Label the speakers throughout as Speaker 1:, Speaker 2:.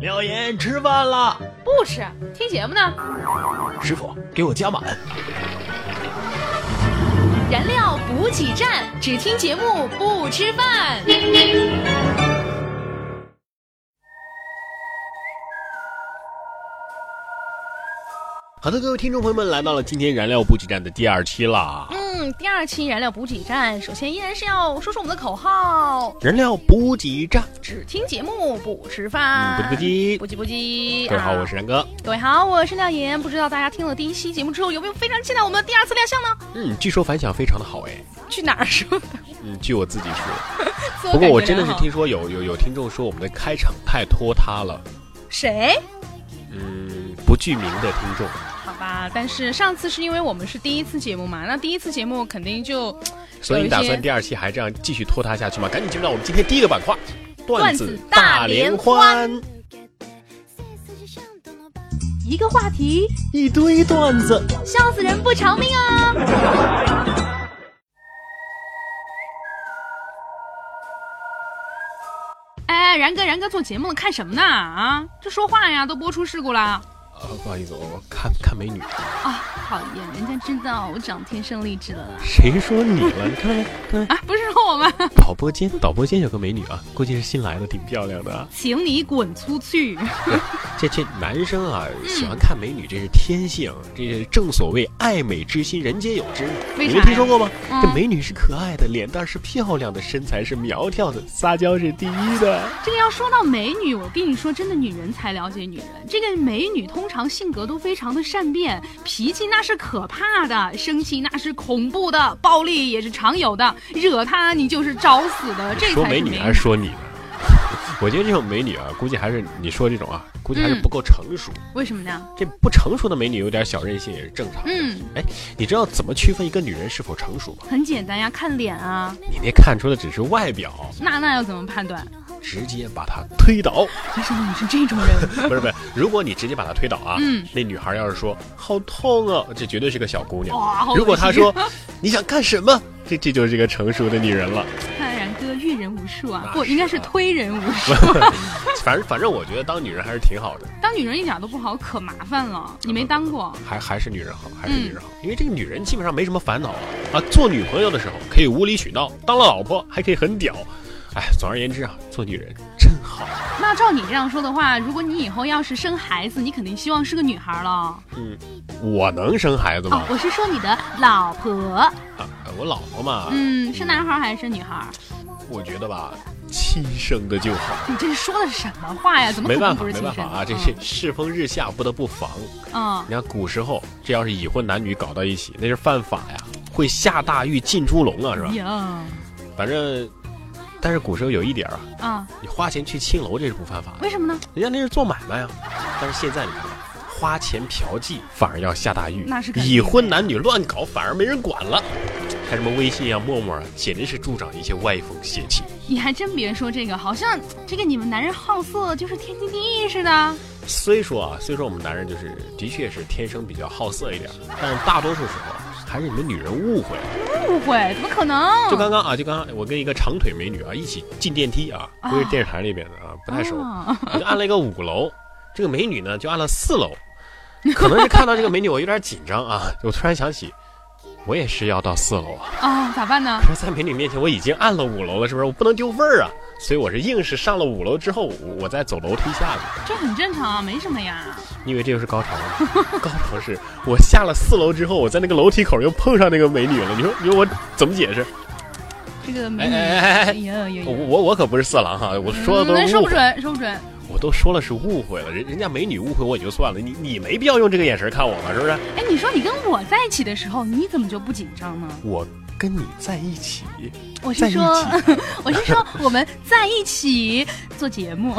Speaker 1: 廖岩吃饭了，
Speaker 2: 不吃，听节目呢。
Speaker 1: 师傅给我加满。
Speaker 2: 燃料补给站，只听节目不吃饭。
Speaker 1: 好的，各位听众朋友们，来到了今天燃料补给站的第二期啦。
Speaker 2: 嗯，第二期燃料补给站，首先依然是要说说我们的口号：
Speaker 1: 燃料补给站，
Speaker 2: 只听节目不吃
Speaker 1: 嗯
Speaker 2: 饭。
Speaker 1: 不急
Speaker 2: 不
Speaker 1: 不
Speaker 2: 急不急。
Speaker 1: 各位好，
Speaker 2: 啊
Speaker 1: 我是然哥。
Speaker 2: 各位好，我是廖岩。不知道大家听了第一期节目之后，有没有非常期待我们的第二次亮相呢？
Speaker 1: 嗯，据说反响非常的好哎。
Speaker 2: 去哪儿说的？
Speaker 1: 嗯，据我自己说，
Speaker 2: 自
Speaker 1: 不过
Speaker 2: 啊感
Speaker 1: 我
Speaker 2: 觉
Speaker 1: 真的是
Speaker 2: 良好
Speaker 1: 听说有有有听众说我们的开场太拖沓了。
Speaker 2: 谁？
Speaker 1: 嗯，不具名的听众，啊
Speaker 2: 好吧，但是上次是因为我们是第一次节目嘛，那第一次节目肯定就
Speaker 1: 所以你打
Speaker 2: 有一
Speaker 1: 算
Speaker 2: 些
Speaker 1: 第二期还这样继续拖沓下去吗？赶紧进入到我们今天第一个板块，段
Speaker 2: 段
Speaker 1: 子
Speaker 2: 子大
Speaker 1: 大
Speaker 2: 联
Speaker 1: 联
Speaker 2: 欢
Speaker 1: 欢。
Speaker 2: 一个话题，
Speaker 1: 一堆段子。
Speaker 2: 笑死人不偿命啊！ 哎，然哥，然哥做节目呢，看什么呢？啊，这说话呀，都播出事故了。
Speaker 1: 呃，不好意思，我看看美女。
Speaker 2: 啊，讨厌，人家知道我长天生丽质了啦。
Speaker 1: 谁说你了？你看没？看没？
Speaker 2: 啊，不是说我吗？
Speaker 1: 导播间，导播间有个美女啊，估计是新来的，挺漂亮的啊。
Speaker 2: 请你滚出去！
Speaker 1: 这这男生啊，
Speaker 2: 嗯
Speaker 1: 喜欢看美女，这是天性，这是正所谓爱美之心，人皆有之。
Speaker 2: 为
Speaker 1: 你没
Speaker 2: 啥呀
Speaker 1: 听说过吗？
Speaker 2: 嗯
Speaker 1: 这美女是可爱的，脸蛋是漂亮的，身材是苗条的，撒娇是第一的。
Speaker 2: 这个要说到美女，我跟你说，真的女人才了解女人。这个美女通常性格都非常的善变，脾气那是可怕的，生气那是恐怖的，暴力也是常有的，惹她你就是找死的。这
Speaker 1: 说
Speaker 2: 才
Speaker 1: 美
Speaker 2: 是
Speaker 1: 女
Speaker 2: 美嗯
Speaker 1: 还是说你呢？ 我觉得这种美女啊，估计还是你说这种啊，估计还是
Speaker 2: 嗯
Speaker 1: 不够成熟。
Speaker 2: 为什么呢？
Speaker 1: 这不成熟的美女有点小任性也是正常的。
Speaker 2: 嗯，
Speaker 1: 哎，你知道怎么区分一个女人是否成熟吗？
Speaker 2: 很简单呀，看脸啊。
Speaker 1: 你那看出的只是外表，
Speaker 2: 娜娜要怎么判断？
Speaker 1: 直接把她推 倒。
Speaker 2: 为什么你是这种人？
Speaker 1: 不是不是，如果你直接把她推倒啊，
Speaker 2: 嗯
Speaker 1: 那女孩要是说好痛啊，这绝对是个小姑娘。
Speaker 2: 哇，哦好恶心
Speaker 1: 如果她说 你想干什么，这这就是一个成熟的女人了。
Speaker 2: 看来然哥阅人无数啊，
Speaker 1: 那
Speaker 2: 不应该
Speaker 1: 是
Speaker 2: 是
Speaker 1: 啊
Speaker 2: 推人无数。
Speaker 1: 反正反正我觉得当女人还是挺好的，
Speaker 2: 当女人一点都不好，可麻烦了。你没当过？
Speaker 1: 还还是女人好，还是女人
Speaker 2: 嗯
Speaker 1: 好，因为这个女人基本上没什么烦恼啊。啊，做女朋友的时候可以无理取闹，当了老婆还可以很屌。哎，总而言之啊，做女人真好。
Speaker 2: 那照你这样说的话，如果你以后要是生孩子，你肯定希望是个女孩了。
Speaker 1: 我能生孩子
Speaker 2: 哦
Speaker 1: 吗，？
Speaker 2: 我是说你的老婆，
Speaker 1: 啊，我老婆嘛，
Speaker 2: 哦嗯，是男孩还是女孩？
Speaker 1: 我觉得吧，亲生的就好。
Speaker 2: 你这说的是什么话呀？怎 么
Speaker 1: 没
Speaker 2: 可能
Speaker 1: 办法，
Speaker 2: 不是
Speaker 1: 没
Speaker 2: 亲
Speaker 1: 办
Speaker 2: 生
Speaker 1: 法啊，这
Speaker 2: 嗯
Speaker 1: 是世风日下，不得不防。
Speaker 2: 嗯，
Speaker 1: 你看古时候，这要是已婚男女搞到一起，那是犯法呀，会下大狱进猪笼啊，是吧？
Speaker 2: 嗯呀，
Speaker 1: 反正，但是古时候有一点啊，
Speaker 2: 啊，
Speaker 1: 你花钱去青楼这是不犯法的，
Speaker 2: 为什么呢？
Speaker 1: 人家那是做买卖啊。但是现在你看看。花钱嫖妓反而要下大狱，
Speaker 2: 那是肯定的
Speaker 1: 已婚男女乱搞反而没人管了，还什么微信啊、陌陌啊，简直是助长一些歪风邪气。
Speaker 2: 你还真别说这个，好像这个你们男人好色就是天经地义似的。
Speaker 1: 虽说啊，虽说我们男人就是的确是天生比较好色一点儿，但是大多数时候啊还是你们女人误会了。
Speaker 2: 误会，怎么可能？
Speaker 1: 就刚刚啊，就刚刚我跟一个长腿美女啊一起进电梯啊，
Speaker 2: 啊
Speaker 1: 不是电视台里边的啊，不太熟，
Speaker 2: 啊
Speaker 1: 我就按了一个五楼，这个美女呢就按了四楼。可能是看到这个美女，我有点紧张啊，我突然想起，我也是要到四楼啊。
Speaker 2: 啊，咋办呢？
Speaker 1: 可是，在美女面前我已经按了五楼了，是不是？我不能丢份儿啊，所以我是硬是上了五楼之后，我我再走楼梯下去。
Speaker 2: 这很正常啊，没什么呀。
Speaker 1: 你以为这就是高潮吗？ 高潮是我下了四楼之后，我在那个楼梯口又碰上那个美女了。你说，你说我怎么解释？
Speaker 2: 这个美
Speaker 1: 哎
Speaker 2: 女，
Speaker 1: 哎哎哎，
Speaker 2: 呀呀呀
Speaker 1: 我我我可不是色狼哈，我说的都
Speaker 2: 嗯嗯
Speaker 1: 是
Speaker 2: 说
Speaker 1: 误
Speaker 2: 不
Speaker 1: 会，
Speaker 2: 准，说不准。
Speaker 1: 我都说了是误会了。人人家美女误会我也就算了，你你没必要用这个眼神看我吧，是不是？
Speaker 2: 哎，你说你跟我在一起的时候，你怎么就不紧张呢？
Speaker 1: 我跟你在一起，
Speaker 2: 我
Speaker 1: 在
Speaker 2: 是
Speaker 1: 一
Speaker 2: 说，
Speaker 1: 起，
Speaker 2: 我是说，我们在一起做节目，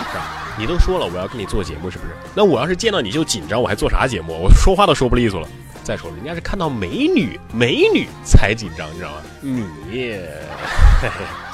Speaker 1: 你都说了我要跟你做节目，是不是？那我要是见到你就紧张，我还做啥节目？我说话都说不利索了。再说了，人家是看到美女，美女才紧张，你知道吗？你。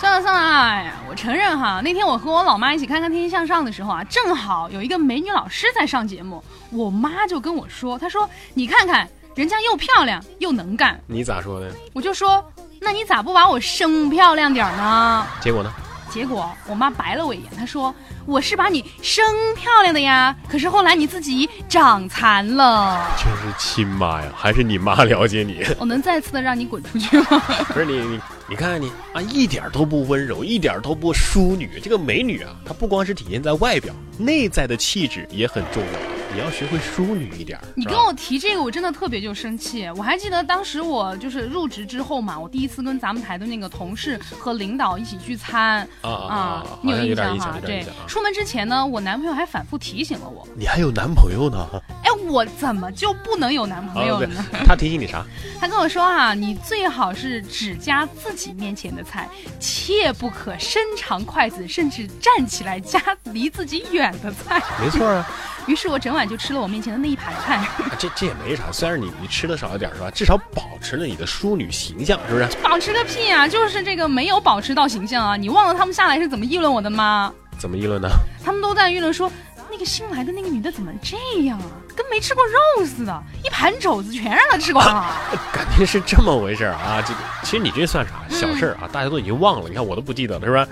Speaker 2: 算了算了，哎呀，我承认哈，那天我和我老妈一起看看《天天向上》的时候啊，正好有一个美女老师在上节目，我妈就跟我说，她说你看看人家又漂亮又能干，
Speaker 1: 你咋说呢？
Speaker 2: 我就说那你咋不把我生漂亮点儿呢？
Speaker 1: 结果呢？
Speaker 2: 结果我妈白了我一眼，她说：“我是把你生漂亮的呀，可是后来你自己长残了。
Speaker 1: 真是亲妈呀，还是你妈了解 你？
Speaker 2: 我能再次的让你滚出去 吗？
Speaker 1: 不是你你你看看你啊，一点儿都不温柔，一点儿都不淑女。这个美女啊，她不光是体现在外表，内在的气质也很重要。你要学会淑女一点儿。
Speaker 2: 你
Speaker 1: 是
Speaker 2: 跟
Speaker 1: 吧
Speaker 2: 我提这个，我真的特别就生气。我还记得当时我就是入职之后嘛，我第一次跟咱们台的那个同事和领导一起聚餐
Speaker 1: 啊啊
Speaker 2: 啊
Speaker 1: 啊，
Speaker 2: 你
Speaker 1: 好像有
Speaker 2: 印
Speaker 1: 点
Speaker 2: 象
Speaker 1: 印象
Speaker 2: 哈
Speaker 1: 有？点
Speaker 2: 对
Speaker 1: 印象啊，
Speaker 2: 出门之前呢，我男朋友还反复提醒了我，
Speaker 1: 你还有男朋友 呢？啊
Speaker 2: 哎，我怎么就不能有男朋友
Speaker 1: 对
Speaker 2: 呢？，
Speaker 1: 他提醒你啥？
Speaker 2: 他跟我说啊，你最好是只夹自己面前的菜，切不可伸长筷子，甚至站起来夹离自己远的菜。
Speaker 1: 没错啊，
Speaker 2: 于是我整晚就吃了我面前的那一盘菜，
Speaker 1: 啊这这也没啥。虽然你你吃的少一点儿是吧，至少保持了你的淑女形象，是不是？
Speaker 2: 保持个屁啊！就是这个没有保持到形象啊！你忘了他们下来是怎么议论我的吗？
Speaker 1: 怎么议论呢？
Speaker 2: 他们都在议论说，那个新来的那个女的怎么这样啊，跟没吃过肉似的，一盘肘子全让她吃 光了。
Speaker 1: 感觉是这么回事儿啊！这个其实你这算啥小事儿啊？大家都已经忘了，你看我都不记得了，是吧？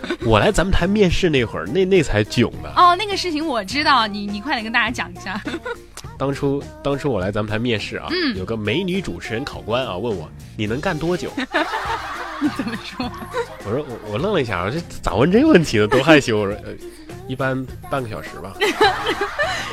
Speaker 1: 我来咱们台面试那会儿，那那才囧呢。
Speaker 2: 哦，那个事情我知道，你你快点跟大家讲一下。
Speaker 1: 当初当初我来咱们台面试啊，有个美女主持人考官啊问我你能干多久？
Speaker 2: 你怎么说？
Speaker 1: 我说我我愣了一下，我说这咋问这问题呢？多害羞！我说呃，一般半个小时吧。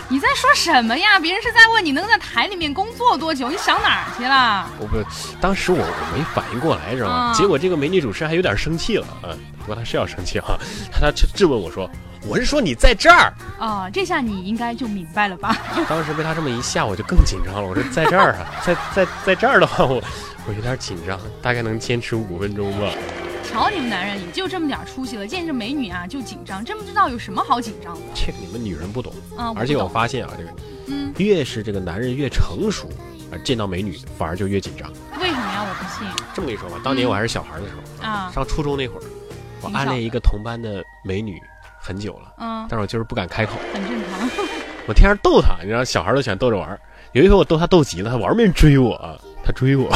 Speaker 2: 你在说什么呀？别人是在问你能在台里面工作多久，你想哪儿去了？
Speaker 1: 我不，当时我我没反应过来，知道吗？
Speaker 2: 啊
Speaker 1: 结果这个美女主持人还有点生气了啊，不过她是要生气哈、她她质问我说。我是说你在这儿，
Speaker 2: 哦、这下你应该就明白了吧？
Speaker 1: 当时被她这么一吓，我就更紧张了。我说在这儿啊， 在在在这儿的话，我我有点紧张，大概能坚持五分钟吧。
Speaker 2: 瞧你们男人也就这么点出息了，见着美女啊就紧张，真不知道有什么好紧张的
Speaker 1: 这个你们女人不懂，
Speaker 2: 啊！不
Speaker 1: 而且我
Speaker 2: 懂
Speaker 1: 发现啊，这个
Speaker 2: 嗯，
Speaker 1: 越是这个男人越成熟，啊，见到美女反而就越紧张。
Speaker 2: 为什么呀？我不信
Speaker 1: 这么跟你说吧，当年我还是小孩的时候，
Speaker 2: 啊，
Speaker 1: 上初中那会儿，我暗恋一个同班的美女很久了，
Speaker 2: 嗯，
Speaker 1: 但是我就是不敢开口，
Speaker 2: 很正常。
Speaker 1: 我天天逗她，你知道，小孩都喜欢逗着玩儿。有一回我逗她逗急了，她玩命追我，啊，她追 我，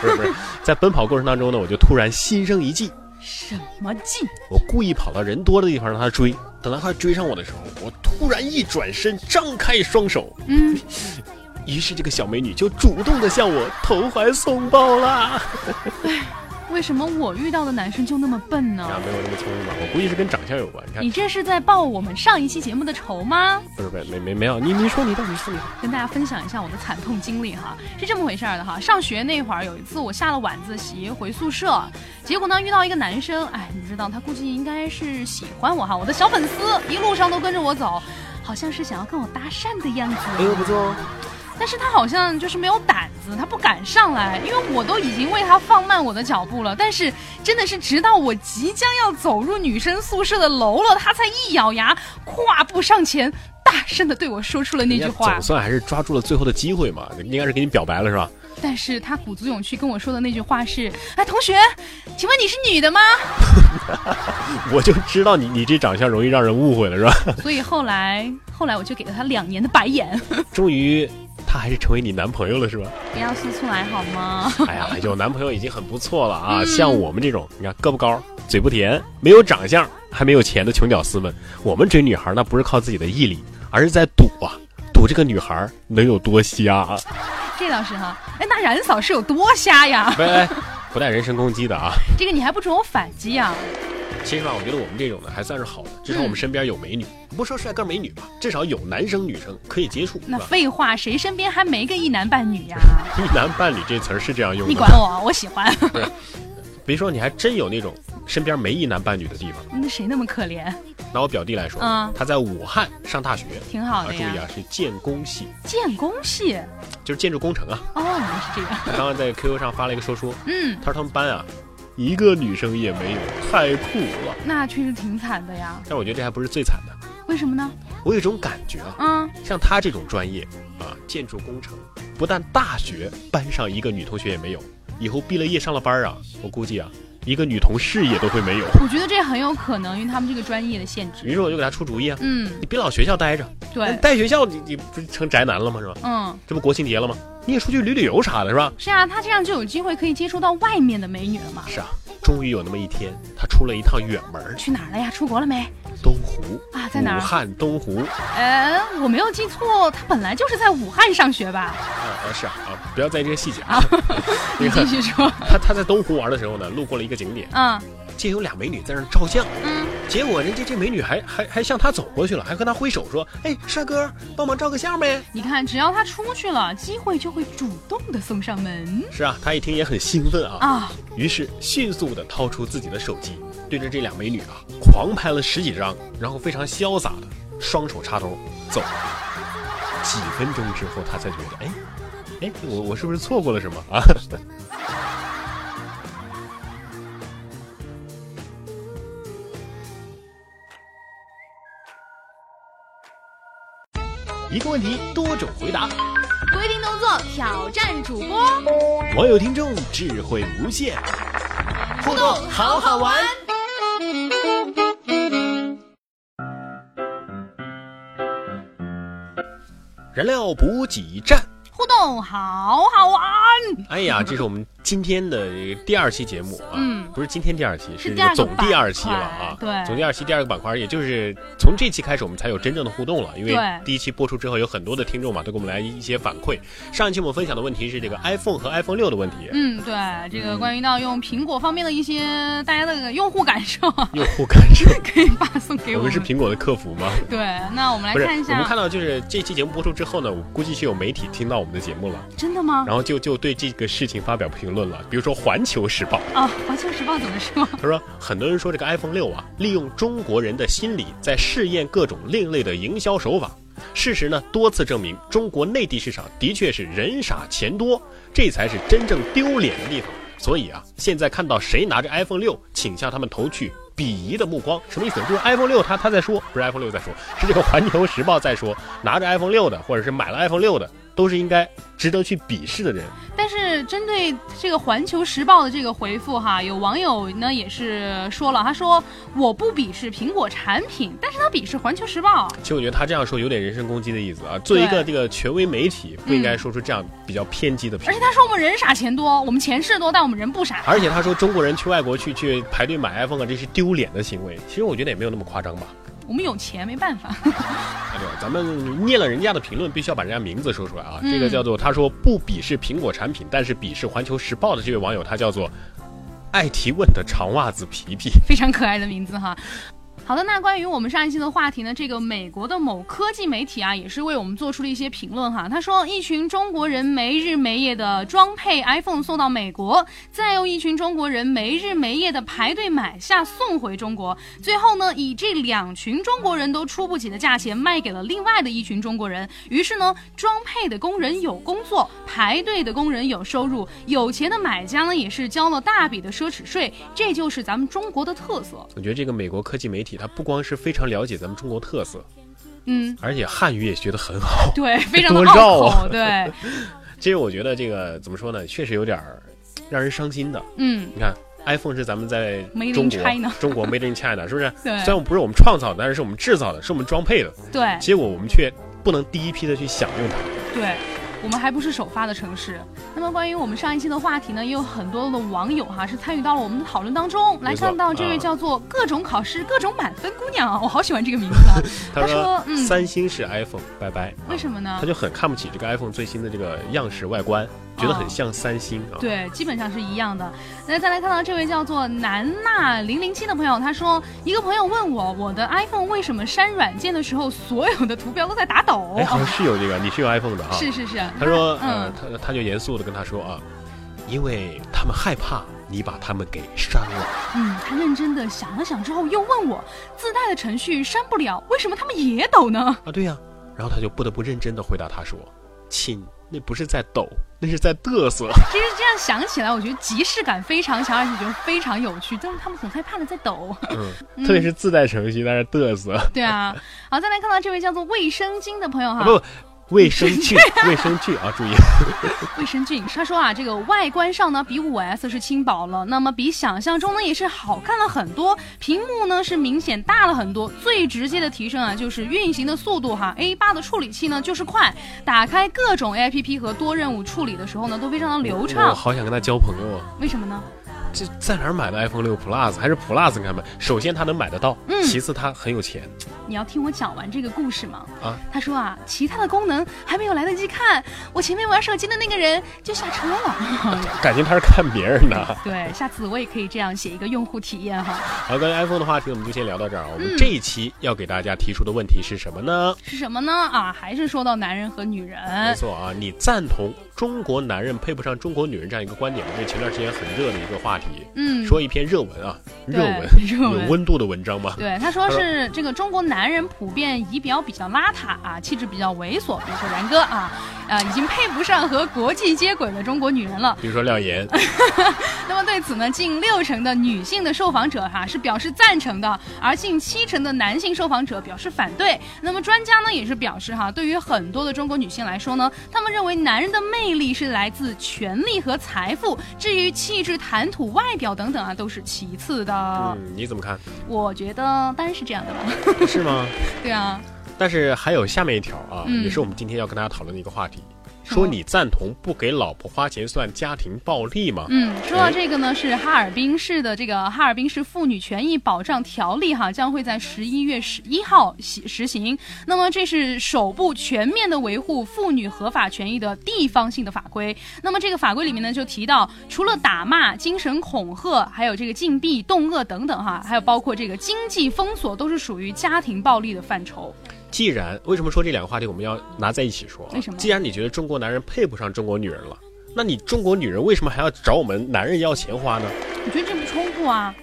Speaker 1: 不是不是，在奔跑过程当中呢，我就突然心生一计，
Speaker 2: 什么劲？
Speaker 1: 我故意跑到人多的地方让她追。等她快追上我的时候，我突然一转身，张开双手，
Speaker 2: 嗯，
Speaker 1: 于是这个小美女就主动的向我投怀送抱啦。
Speaker 2: 为什么我遇到的男生就那么笨呢？
Speaker 1: 啊，没有那么聪明吧？我估计是跟长相有关。你看
Speaker 2: 你，这是在报我们上一期节目的仇吗？
Speaker 1: 不是不是没没没有，你你说你的，你说你的。
Speaker 2: 跟大家分享一下我的惨痛经历哈，是这么回事儿的哈。上学那会儿，有一次我下了晚自习回宿舍，结果呢遇到一个男生，哎，你知道他估计应该是喜欢我哈，我的小粉丝，一路上都跟着我走，好像是想要跟我搭讪的样子。
Speaker 1: 哎呦不错哦，
Speaker 2: 但是他好像就是没有胆子，他不敢上来，因为我都已经为他放慢我的脚步了。但是真的是直到我即将要走入女生宿舍的楼了，他才一咬牙，跨步上前，大声的对我说出了那句
Speaker 1: 人家
Speaker 2: 话
Speaker 1: 总。算还是抓住了最后的机会嘛，应该是给你表白了是吧？
Speaker 2: 但是他鼓足勇气跟我说的那句话是：“哎，同学，请问你是女的吗
Speaker 1: 我就知道你你这长相容易让人误会了是吧？？”
Speaker 2: 所以后来，后来我就给了他两年的白眼。
Speaker 1: 终于，他还是成为你男朋友了是吧？
Speaker 2: 不要说出来好吗？
Speaker 1: 哎呀，有男朋友已经很不错了啊！
Speaker 2: 嗯
Speaker 1: 像我们这种，你看个不高，嘴不甜，没有长相，还没有钱的穷屌丝们，我们追女孩那不是靠自己的毅力，而是在赌啊，赌这个女孩能有多瞎啊！
Speaker 2: 这倒是哈。哎，那冉嫂是有多瞎呀？
Speaker 1: 喂，哎不带人身攻击的啊！
Speaker 2: 这个你还不准我反击啊？
Speaker 1: 其实吧，我觉得我们这种呢还算是好的，至少
Speaker 2: 嗯
Speaker 1: 我们身边有美女，不说帅哥美女吧，至少有男生女生可以接触，是
Speaker 2: 那
Speaker 1: 吧？
Speaker 2: 废话，谁身边还没个一男半女呀、
Speaker 1: 一男半女这词儿是这样用
Speaker 2: 你
Speaker 1: 的
Speaker 2: 管
Speaker 1: 吗，
Speaker 2: 我，我喜欢。
Speaker 1: 别说你还真有那种身边没一男半女的地方。
Speaker 2: 那谁那么可怜？
Speaker 1: 拿我表弟来说，
Speaker 2: 嗯
Speaker 1: 他在武汉上大学，
Speaker 2: 挺好
Speaker 1: 啊，
Speaker 2: 的
Speaker 1: 注意
Speaker 2: 呀。
Speaker 1: 啊，是建工系，
Speaker 2: 建工系
Speaker 1: 就是建筑工程啊。
Speaker 2: 哦，原来是这样。
Speaker 1: 他刚刚在 QQ 上发了一个说说，
Speaker 2: 嗯，
Speaker 1: 他说他们班啊，一个女生也没有，太酷了。
Speaker 2: 那确实挺惨的呀。
Speaker 1: 但我觉得这还不是最惨的，
Speaker 2: 为什么呢？
Speaker 1: 我有一种感觉啊，
Speaker 2: 嗯，
Speaker 1: 像他这种专业啊，建筑工程，不但大学班上一个女同学也没有，以后毕了业上了班啊，我估计啊，一个女同事也都会没有。
Speaker 2: 我觉得这很有可能，因为他们这个专业的限制。
Speaker 1: 于是我就给他出主意啊，
Speaker 2: 嗯，
Speaker 1: 你别老学校待着，
Speaker 2: 对，
Speaker 1: 待学校你你不是成宅男了吗？是吧？
Speaker 2: 嗯，
Speaker 1: 这不国庆节了吗？你也出去旅旅游啥的，是吧？
Speaker 2: 是啊，他这样就有机会可以接触到外面的美女了嘛。
Speaker 1: 是啊，终于有那么一天，他出了一趟远门儿，
Speaker 2: 去哪儿了呀？出国了没？
Speaker 1: 东湖
Speaker 2: 啊在哪儿
Speaker 1: 武汉东湖。啊
Speaker 2: 呃，我没有记错，他本来就是在武汉上学吧？
Speaker 1: 啊啊是啊啊，不要在意这些细节 啊
Speaker 2: 啊。
Speaker 1: 你
Speaker 2: 你
Speaker 1: 看
Speaker 2: 继续说。
Speaker 1: 他他在东湖玩的时候呢，路过了一个景点，
Speaker 2: 嗯
Speaker 1: 见有俩美女在那儿照相，
Speaker 2: 嗯，
Speaker 1: 结果人家这美女还还还向他走过去了，还和他挥手说：“哎，帅哥，帮忙照个相呗。
Speaker 2: 你看，只要他出去了，机会就会主动的送上门”
Speaker 1: 是啊，他一听也很兴奋啊，
Speaker 2: 啊。
Speaker 1: 于是迅速的掏出自己的手机，对着这俩美女啊狂拍了十几张，然后非常潇洒的双手插兜走了。几分钟之后，他才觉得，哎，哎，我我是不是错过了什么啊？ 一个问题，多种回答。
Speaker 2: 规定动作挑战主播，
Speaker 1: 网友听众智慧无限，互动好好玩。燃料补给站，
Speaker 2: 互动好好玩。
Speaker 1: 哎呀，这是我们今天的第二期节目啊，
Speaker 2: 嗯
Speaker 1: 不是今天第二期，
Speaker 2: 是
Speaker 1: 这
Speaker 2: 第二
Speaker 1: 个
Speaker 2: 个
Speaker 1: 总第二期了
Speaker 2: 板
Speaker 1: 啊，
Speaker 2: 块对
Speaker 1: 总第二期第二个板块，也就是从这期开始我们才有真正的互动了，因为
Speaker 2: 对
Speaker 1: 第一期播出之后有很多的听众嘛，都给我们来一些反馈。上一期我们分享的问题是这个 iPhone 和 iPhone 六的问题，
Speaker 2: 嗯，对，这个关于到用苹果方面的一些大家的用户感受啊，
Speaker 1: 用户感受。
Speaker 2: 可以发送 给
Speaker 1: 我
Speaker 2: 我
Speaker 1: 们
Speaker 2: 们。
Speaker 1: 是苹果的客服吗？
Speaker 2: 对，那我们来
Speaker 1: 不是，
Speaker 2: 看一
Speaker 1: 我们
Speaker 2: 下
Speaker 1: 看，到就是这期节目播出之后呢，我估计是有媒体听到我们的节目了，
Speaker 2: 真的吗？
Speaker 1: 然后就就对这个事情发表评论了。比如说《环球时报》，
Speaker 2: 啊，《环球时报》怎么说？
Speaker 1: 他说很多人说这个 iPhone 六啊，利用中国人的心理在试验各种另类的营销手法。事实呢，多次证明中国内地市场的确是人傻钱多，这才是真正丢脸的地方。所以啊，现在看到谁拿着 iPhone 六，请向他们投去鄙夷的目光。什么意思呢？就是 iPhone 六他他在说，不是 iPhone 六在说，是这个《环球时报》在说，拿着 iPhone 六的或者是买了 iPhone 六的，都是应该值得去鄙视的人。
Speaker 2: 但是针对这个《环球时报》的这个回复哈，有网友呢也是说了，他说我不鄙视苹果产品，但是他鄙视《环球时报》。
Speaker 1: 其实我觉得他这样说有点人身攻击的意思啊。作为一个这个权威媒体，不应该说出这样比较偏激的评
Speaker 2: 而
Speaker 1: 论
Speaker 2: 且。他说我们人傻钱多，我们钱是多，但我们人不傻。
Speaker 1: 而且他说中国人去外国去去排队买 iPhone 啊，这是丢脸的行为。其实我觉得也没有那么夸张吧。
Speaker 2: 我们有钱没办法。
Speaker 1: 哎，对，咱们念了人家的评论，必须要把人家名字说出来啊。
Speaker 2: 嗯
Speaker 1: 这个叫做他说不鄙视苹果产品，但是鄙视《环球时报》的这位网友，他叫做爱提问的长袜子皮皮。
Speaker 2: 非常可爱的名字哈。好的，那关于我们上一期的话题呢，这个美国的某科技媒体啊，也是为我们做出了一些评论哈。他说，一群中国人没日没夜的装配 iPhone 送到美国，再由一群中国人没日没夜的排队买下送回中国，最后呢，以这两群中国人都出不起的价钱卖给了另外的一群中国人。于是呢，装配的工人有工作，排队的工人有收入，有钱的买家呢也是交了大笔的奢侈税，这就是咱们中国的特色。
Speaker 1: 我觉得这个美国科技媒体，它不光是非常了解咱们中国特色，
Speaker 2: 嗯，
Speaker 1: 而且汉语也学得很好。
Speaker 2: 对，非常的
Speaker 1: 多绕
Speaker 2: 拗
Speaker 1: 啊
Speaker 2: 口，对，
Speaker 1: 其实我觉得这个怎么说呢，确实有点儿让人伤心的。
Speaker 2: 嗯，
Speaker 1: 你看，iPhone 是咱们在
Speaker 2: Made in
Speaker 1: 中国
Speaker 2: China
Speaker 1: 中国 Made in China 是不是？
Speaker 2: 对嗯
Speaker 1: 虽然我们不是我们创造的，但是是我们制造的，是我们装配的，
Speaker 2: 对，嗯
Speaker 1: 结果我们却不能第一批的去享用它。
Speaker 2: 对。我们还不是首发的城市。那么，关于我们上一期的话题呢，也有很多的网友哈是参与到了我们的讨论当中。来
Speaker 1: 没错
Speaker 2: 看到这位
Speaker 1: 嗯
Speaker 2: 叫做“各种考试各种满分”姑娘啊，我好喜欢这个名字啊。
Speaker 1: 他
Speaker 2: 他说嗯
Speaker 1: 三星是 iPhone，拜拜。
Speaker 2: 为什
Speaker 1: 么？
Speaker 2: 么呢
Speaker 1: 他？就很看不起这个 iPhone 最新的这个样式外观，觉得很像三星啊。
Speaker 2: 对，基本上是一样的。那再来看到这位叫做南娜零零七的朋友，他说一个朋友问我，我的 iPhone 为什么删软件的时候所有的图标都在打抖？
Speaker 1: 哎，好像是有这个，你是有 iPhone 的哈。啊
Speaker 2: 是是是，
Speaker 1: 他说，呃
Speaker 2: 嗯，
Speaker 1: 他他就严肃的跟他说啊，因为他们害怕你把他们给删了。
Speaker 2: 嗯，他认真的想了想之后，又问我，自带的程序删不了，为什么他们也抖呢？
Speaker 1: 啊，对呀、然后他就不得不认真的回答他说：“亲，那不是在抖，那是在嘚瑟。
Speaker 2: 其实这样想起来，我觉得即视感非常强，而且觉得非常有趣，但是他们很害怕的在抖。
Speaker 1: 嗯，
Speaker 2: 嗯啊
Speaker 1: 特别是自带程序在那嘚瑟。
Speaker 2: 对啊，好，再来看到这位叫做卫生巾的朋友哈
Speaker 1: 啊、，不不，卫 生剧，卫生剧啊，注意，
Speaker 2: 卫生俊，他说啊，这个外观上呢比五 S 是轻薄了，那么比想象中呢也是好看了很多，屏幕呢是明显大了很多。最直接的提升啊就是运行的速度哈，A 8的处理器呢就是快，打开各种 APP 和多任务处理的时候呢都非常的 流
Speaker 1: 我
Speaker 2: 畅。
Speaker 1: 好想跟他交朋友啊。
Speaker 2: 为什么呢？
Speaker 1: 这在哪儿买的 iPhone 六 Plus 还是 Plus？你看吧，首先他能买得到，
Speaker 2: 嗯
Speaker 1: 其次他很有钱。
Speaker 2: 你要听我讲完这个故事吗？
Speaker 1: 啊，
Speaker 2: 他说啊，其他的功能还没有来得及看，我前面玩手机的那个人就下车了。
Speaker 1: 感情他是看别人的。
Speaker 2: 对，下次我也可以这样写一个用户体验哈。
Speaker 1: 好，关于 iPhone 的话题，我们就先聊到这儿啊。我们
Speaker 2: 嗯
Speaker 1: 这一期要给大家提出的问题是什么呢？
Speaker 2: 是什么呢？啊，还是说到男人和女
Speaker 1: 没
Speaker 2: 人。
Speaker 1: 错啊，你赞同中国男人配不上中国女人这样一个观点吗？这前段时间很热的一个话题，
Speaker 2: 嗯，
Speaker 1: 说一篇热文啊，热文
Speaker 2: 对热
Speaker 1: 有
Speaker 2: 文。
Speaker 1: 温度的文章吗？
Speaker 2: 对，他说是这个中国男人普遍仪表比较邋遢啊，气质比较猥琐，比如说然哥啊，呃，已经配不上和国际接轨的中国女人了。
Speaker 1: 比如说廖岩，
Speaker 2: 那么对此呢，近六成的女性的受访者哈、是表示赞成的，而近七成的男性受访者表示反对。那么专家呢也是表示哈、对于很多的中国女性来说呢，他们认为男人的魅力是来自权力和财富，至于气质、谈吐、外表等等啊，都是其次的。
Speaker 1: 嗯，你怎么看？
Speaker 2: 我觉得当然是这样的了，
Speaker 1: 是吗？
Speaker 2: 对啊，
Speaker 1: 但是还有下面一条啊，
Speaker 2: 嗯
Speaker 1: 也是我们今天要跟大家讨论的一个话题，
Speaker 2: 什么
Speaker 1: 说你赞同不给老婆花钱算家庭暴力吗？
Speaker 2: 嗯，说到这个呢，是哈尔滨市的这个《哈尔滨市妇女权益保障条例》哈，将会在十一月十一号实实行。那么这是首部全面的维护妇女合法权益的地方性的法规。那么这个法规里面呢，就提到除了打骂、精神恐吓，还有这个禁闭、冻饿等等哈，还有包括这个经济封锁，都是属于家庭暴力的范畴。
Speaker 1: 既然为什么说这两个话题我们要拿在一起说啊？
Speaker 2: 为什么
Speaker 1: 既然你觉得中国男人配不上中国女人了，那你中国女人为什么还要找我们男人要钱花呢？
Speaker 2: 我觉得这不冲突啊。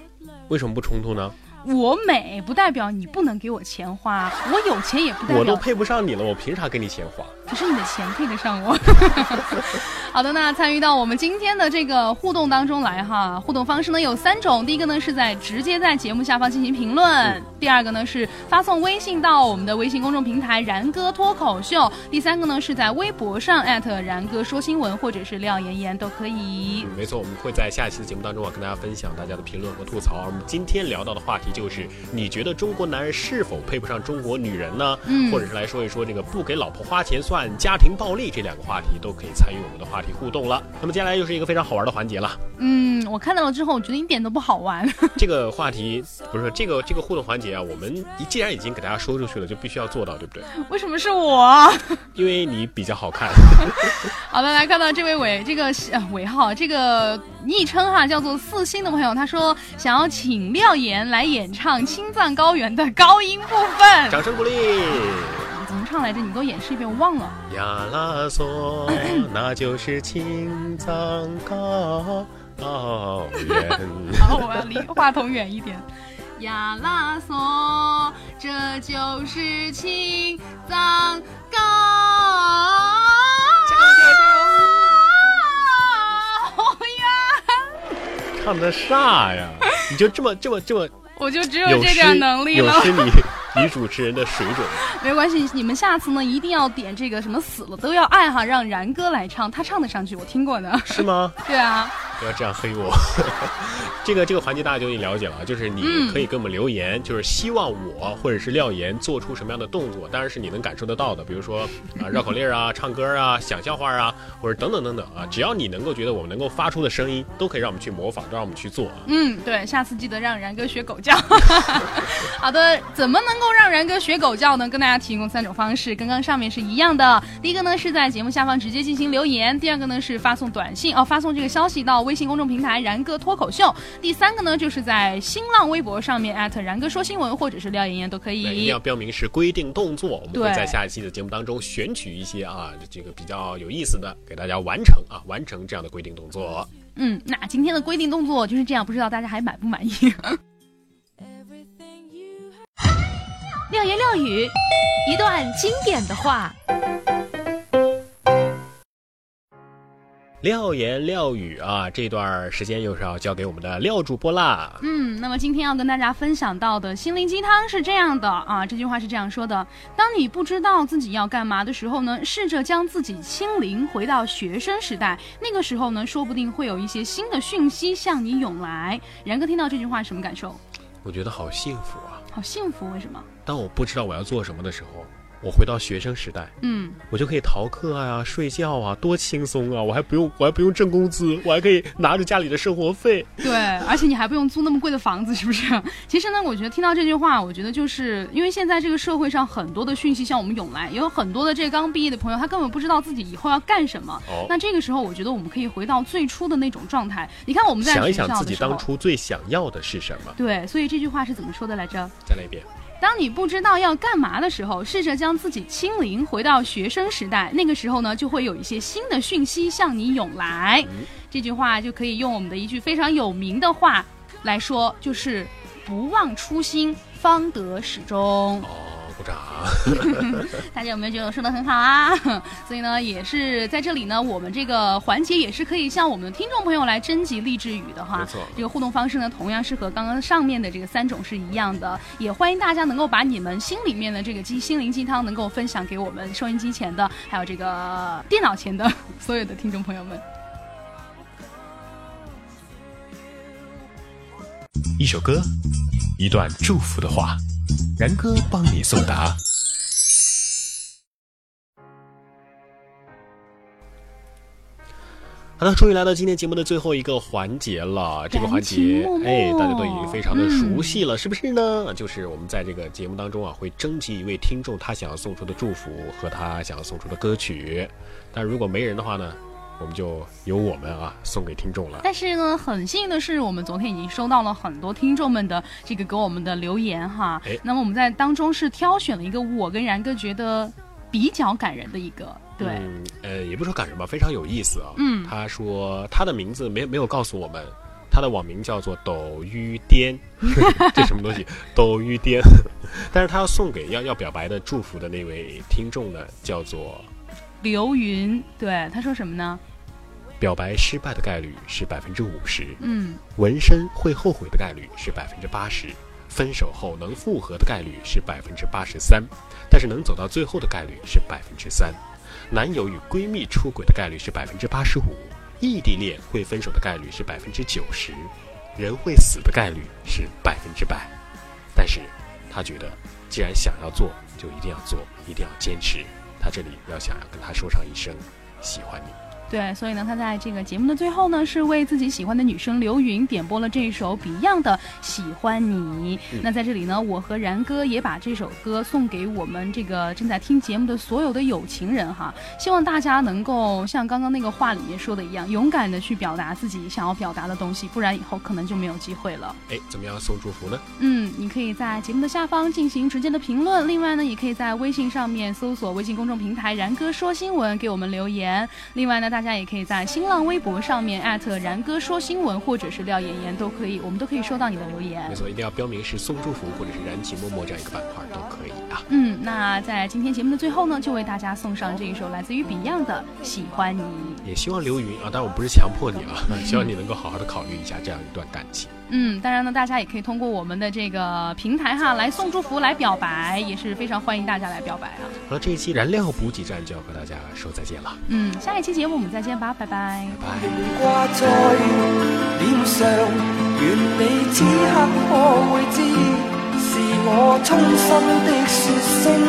Speaker 1: 为什么不冲突呢？
Speaker 2: 我美不代表你不能给我钱花，我有钱也不代
Speaker 1: 我
Speaker 2: 表
Speaker 1: 都配不上你了，我凭啥给你钱花？
Speaker 2: 可是你的钱配得 上我。好的，那参与到我们今天的这个互动当中来哈，互动方式呢有三种，第一个呢是在直接在节目下方进行评论，
Speaker 1: 嗯
Speaker 2: 第二个呢是发送微信到我们的微信公众平台“然哥脱口秀”，第三个呢是在微博上艾特“然哥说新闻”或者是廖妍妍都可以
Speaker 1: 嗯。，没错，我们会在下一期的节目当中啊，跟大家分享大家的评论和吐槽。而我们今天聊到的话题就是，你觉得中国男人是否配不上中国女人呢？
Speaker 2: 嗯
Speaker 1: 或者是来说一说这个不给老婆花钱算家庭暴力这两个话题，都可以参与我们的话题互动了。那么接下来又是一个非常好玩的环节了。
Speaker 2: 嗯，我看到了之后，我觉得一点都不好玩。
Speaker 1: 这个话题不是这个这个互动环节啊，我们一既然已经给大家说出去了，就必须要做到，对不对？
Speaker 2: 为什么是我？
Speaker 1: 因为你比较好看，
Speaker 2: 好的，来看到这位尾这个呃尾号这个昵称哈，叫做四星的朋友，他说想要请廖岩来演唱青藏高原的高音部分，
Speaker 1: 掌声鼓励。
Speaker 2: 怎么唱来着？你给我演示一遍，我忘了。
Speaker 1: 呀啦索，那就是青藏高 原。
Speaker 2: 然后我要离话筒远一点。呀啦索，这就是青藏高。 哦原。
Speaker 1: 唱的啥呀？你就这么这么这么
Speaker 2: 我就 只有
Speaker 1: 有
Speaker 2: 这
Speaker 1: 失
Speaker 2: 点能力
Speaker 1: 有
Speaker 2: 了。
Speaker 1: 失你女主持人的水准。
Speaker 2: 没关系，你们下次呢一定要点这个什么死了都要爱哈，让然哥来唱，他唱得上去，我听过 的。
Speaker 1: 是吗？
Speaker 2: 对啊，
Speaker 1: 不要这样黑我。 这个这个环节大家就已经了解了啊，就是你
Speaker 2: 嗯
Speaker 1: 可以给我们留言，就是希望我或者是廖岩做出什么样的动作，当然是你能感受得到的，比如说啊绕口令啊、唱歌啊、讲笑话啊，或者等等等等啊，只要你能够觉得我们能够发出的声音，都可以让我们去模仿，都让我们去做啊。
Speaker 2: 嗯，对，下次记得让然哥学狗 叫。好的，怎么能够让然哥学狗叫呢？跟大家提供三种方式，跟刚上面是一样的。第一个呢是在节目下方直接进行留言，第二个呢是发送短信哦，发送这个消息到微信公众平台“然哥脱口秀”，第三个呢就是在新浪微博上面艾特然哥说新闻或者是廖妍妍哎都可以。
Speaker 1: 那一定要标明是规定动作，我们会
Speaker 2: 嗯对
Speaker 1: 在下一期的节目当中选取一些啊，这个比较有意思的给大家完成啊，完成这样的规定动作。
Speaker 2: 嗯，那今天的规定动作就是这样，不知道大家还满不满意？
Speaker 3: 廖言廖语，一段经典的话。
Speaker 1: 廖言廖语啊，这段时间又是要交给我们的廖主播啦。
Speaker 2: 嗯，那么今天要跟大家分享到的心灵鸡汤是这样的啊，这句话是这样说的：当你不知道自己要干嘛的时候呢，试着将自己清零，回到学生时代。那个时候呢，说不定会有一些新的讯息向你涌来。然哥听到这句话什么感受？
Speaker 1: 我觉得好幸福啊！
Speaker 2: 好幸福，为什么？
Speaker 1: 当我不知道我要做什么的时候，我回到学生时代，
Speaker 2: 嗯，
Speaker 1: 我就可以逃课啊、睡觉啊，多轻松啊！我还不用，我还不用挣工资，我还可以拿着家里的生活费。
Speaker 2: 对，而且你还不用租那么贵的房子，是不是？其实呢，我觉得听到这句话，我觉得就是因为现在这个社会上很多的讯息向我们涌来，也有很多的这刚毕业的朋友，他根本不知道自己以后要干什么。
Speaker 1: 哦
Speaker 2: 那这个时候，我觉得我们可以回到最初的那种状态。你看我们在
Speaker 1: 想一
Speaker 2: 学
Speaker 1: 想
Speaker 2: 校
Speaker 1: 自
Speaker 2: 的
Speaker 1: 己
Speaker 2: 时候
Speaker 1: 当初最想要的是什么，
Speaker 2: 对，所以这句话是怎么说的来着？
Speaker 1: 再来一遍。
Speaker 2: 当你不知道要干嘛的时候，试着将自己清零，回到学生时代。那个时候呢，就会有一些新的讯息向你涌来。
Speaker 1: 嗯
Speaker 2: 这句话就可以用我们的一句非常有名的话来说，就是“不忘初心，方得始终”。
Speaker 1: 哦，鼓掌。
Speaker 2: 大家有没有觉得我说的很好啊？ 所以呢，也是在这里呢，我们这个环节也是可以向我们的听众朋友来征集励志语的哈。
Speaker 1: 没错
Speaker 2: 这个互动方式呢，同样是和刚刚上面的这个三种是一样的。也欢迎大家能够把你们心里面的这个鸡心灵鸡汤能够分享给我们收音机前的，还有这个电脑前的所有的听众朋友们。
Speaker 1: 一首歌，一段祝福的话，然哥帮你送达。好的，终于来到今天节目的最后一个环节了。这个环节
Speaker 2: 感情脉，脉
Speaker 1: 哎，大家都已经非常的熟悉了，是不是呢？就是我们在这个节目当中啊，会征集一位听众他想要送出的祝福和他想要送出的歌曲。但如果没人的话呢，我们就由我们啊送给听众了。
Speaker 2: 但是呢，很幸运的是，我们昨天已经收到了很多听众们的这个给我们的留言哈。
Speaker 1: 哎
Speaker 2: 那么我们在当中是挑选了一个我跟然哥觉得比较感人的一个，对，
Speaker 1: 嗯，呃，也不说赶什么，非常有意思啊。
Speaker 2: 嗯
Speaker 1: 他说他的名字没没有告诉我们，他的网名叫做抖鱼颠， 这什么东西？抖鱼颠。但是他要送给要要表白的祝福的那位听众呢，叫做
Speaker 2: 刘云，对，他说什么呢？
Speaker 1: 表白失败的概率是百分之五十，
Speaker 2: 嗯，
Speaker 1: 纹身会后悔的概率是百分之八十，分手后能复合的概率是百分之八十三，但是能走到最后的概率是百分之三。男友与闺蜜出轨的概率是百分之八十五，异地恋会分手的概率是百分之九十，人会死的概率是百分之百。但是，他觉得既然想要做，就一定要做，一定要坚持。他这里要想要跟他说上一声喜欢你。
Speaker 2: 对，所以呢，他在这个节目的最后呢，是为自己喜欢的女生刘云点播了这首 Beyond 的《喜欢你》。
Speaker 1: 嗯
Speaker 2: 那在这里呢，我和然哥也把这首歌送给我们这个正在听节目的所有的有情人哈，希望大家能够像刚刚那个话里面说的一样，勇敢的去表达自己想要表达的东西，不然以后可能就没有机会了。
Speaker 1: 哎，怎么样送祝福呢？
Speaker 2: 嗯，你可以在节目的下方进行直接的评论，另外呢，也可以在微信上面搜索微信公众平台“然哥说新闻”给我们留言。另外呢，大家也可以在新浪微博上面艾特“然哥说新闻”或者是廖妍妍都可以，我们都可以收到你的留言
Speaker 1: 没。错，一定要标明是送祝福或者是燃起默默这样一个板块都可以啊。
Speaker 2: 嗯，那在今天节目的最后呢，就为大家送上这一首来自于 Beyond 的《喜欢你》。
Speaker 1: 也希望刘云啊，当然我不是强迫你啊， 希望你能够好好的考虑一下这样一段感情。
Speaker 2: 嗯，当然呢，大家也可以通过我们的这个平台哈来送祝福、来表白，也是非常欢迎大家来表白啊。
Speaker 1: 好了，这一期燃料补给站就要和大家说再见了，
Speaker 2: 嗯，下一期节目我们再见吧，拜拜。
Speaker 1: 拜拜。
Speaker 4: 挂在臉上，願你此刻可會知，是我衷心的説聲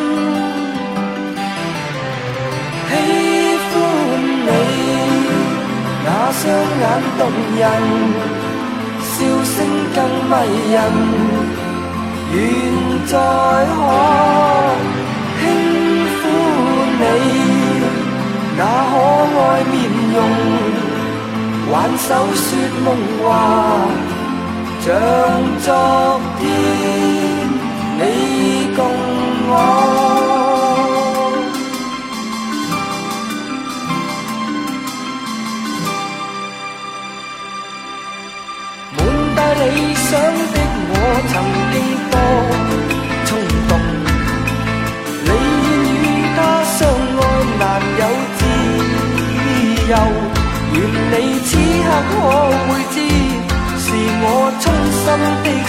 Speaker 4: 喜歡你，那雙眼動人，笑聲更迷人，願再可輕撫你。那可愛面容，挽手說夢話，像昨天你共我。滿帶理想的我，曾經多衝動。你願與他相愛，難有自由。原心的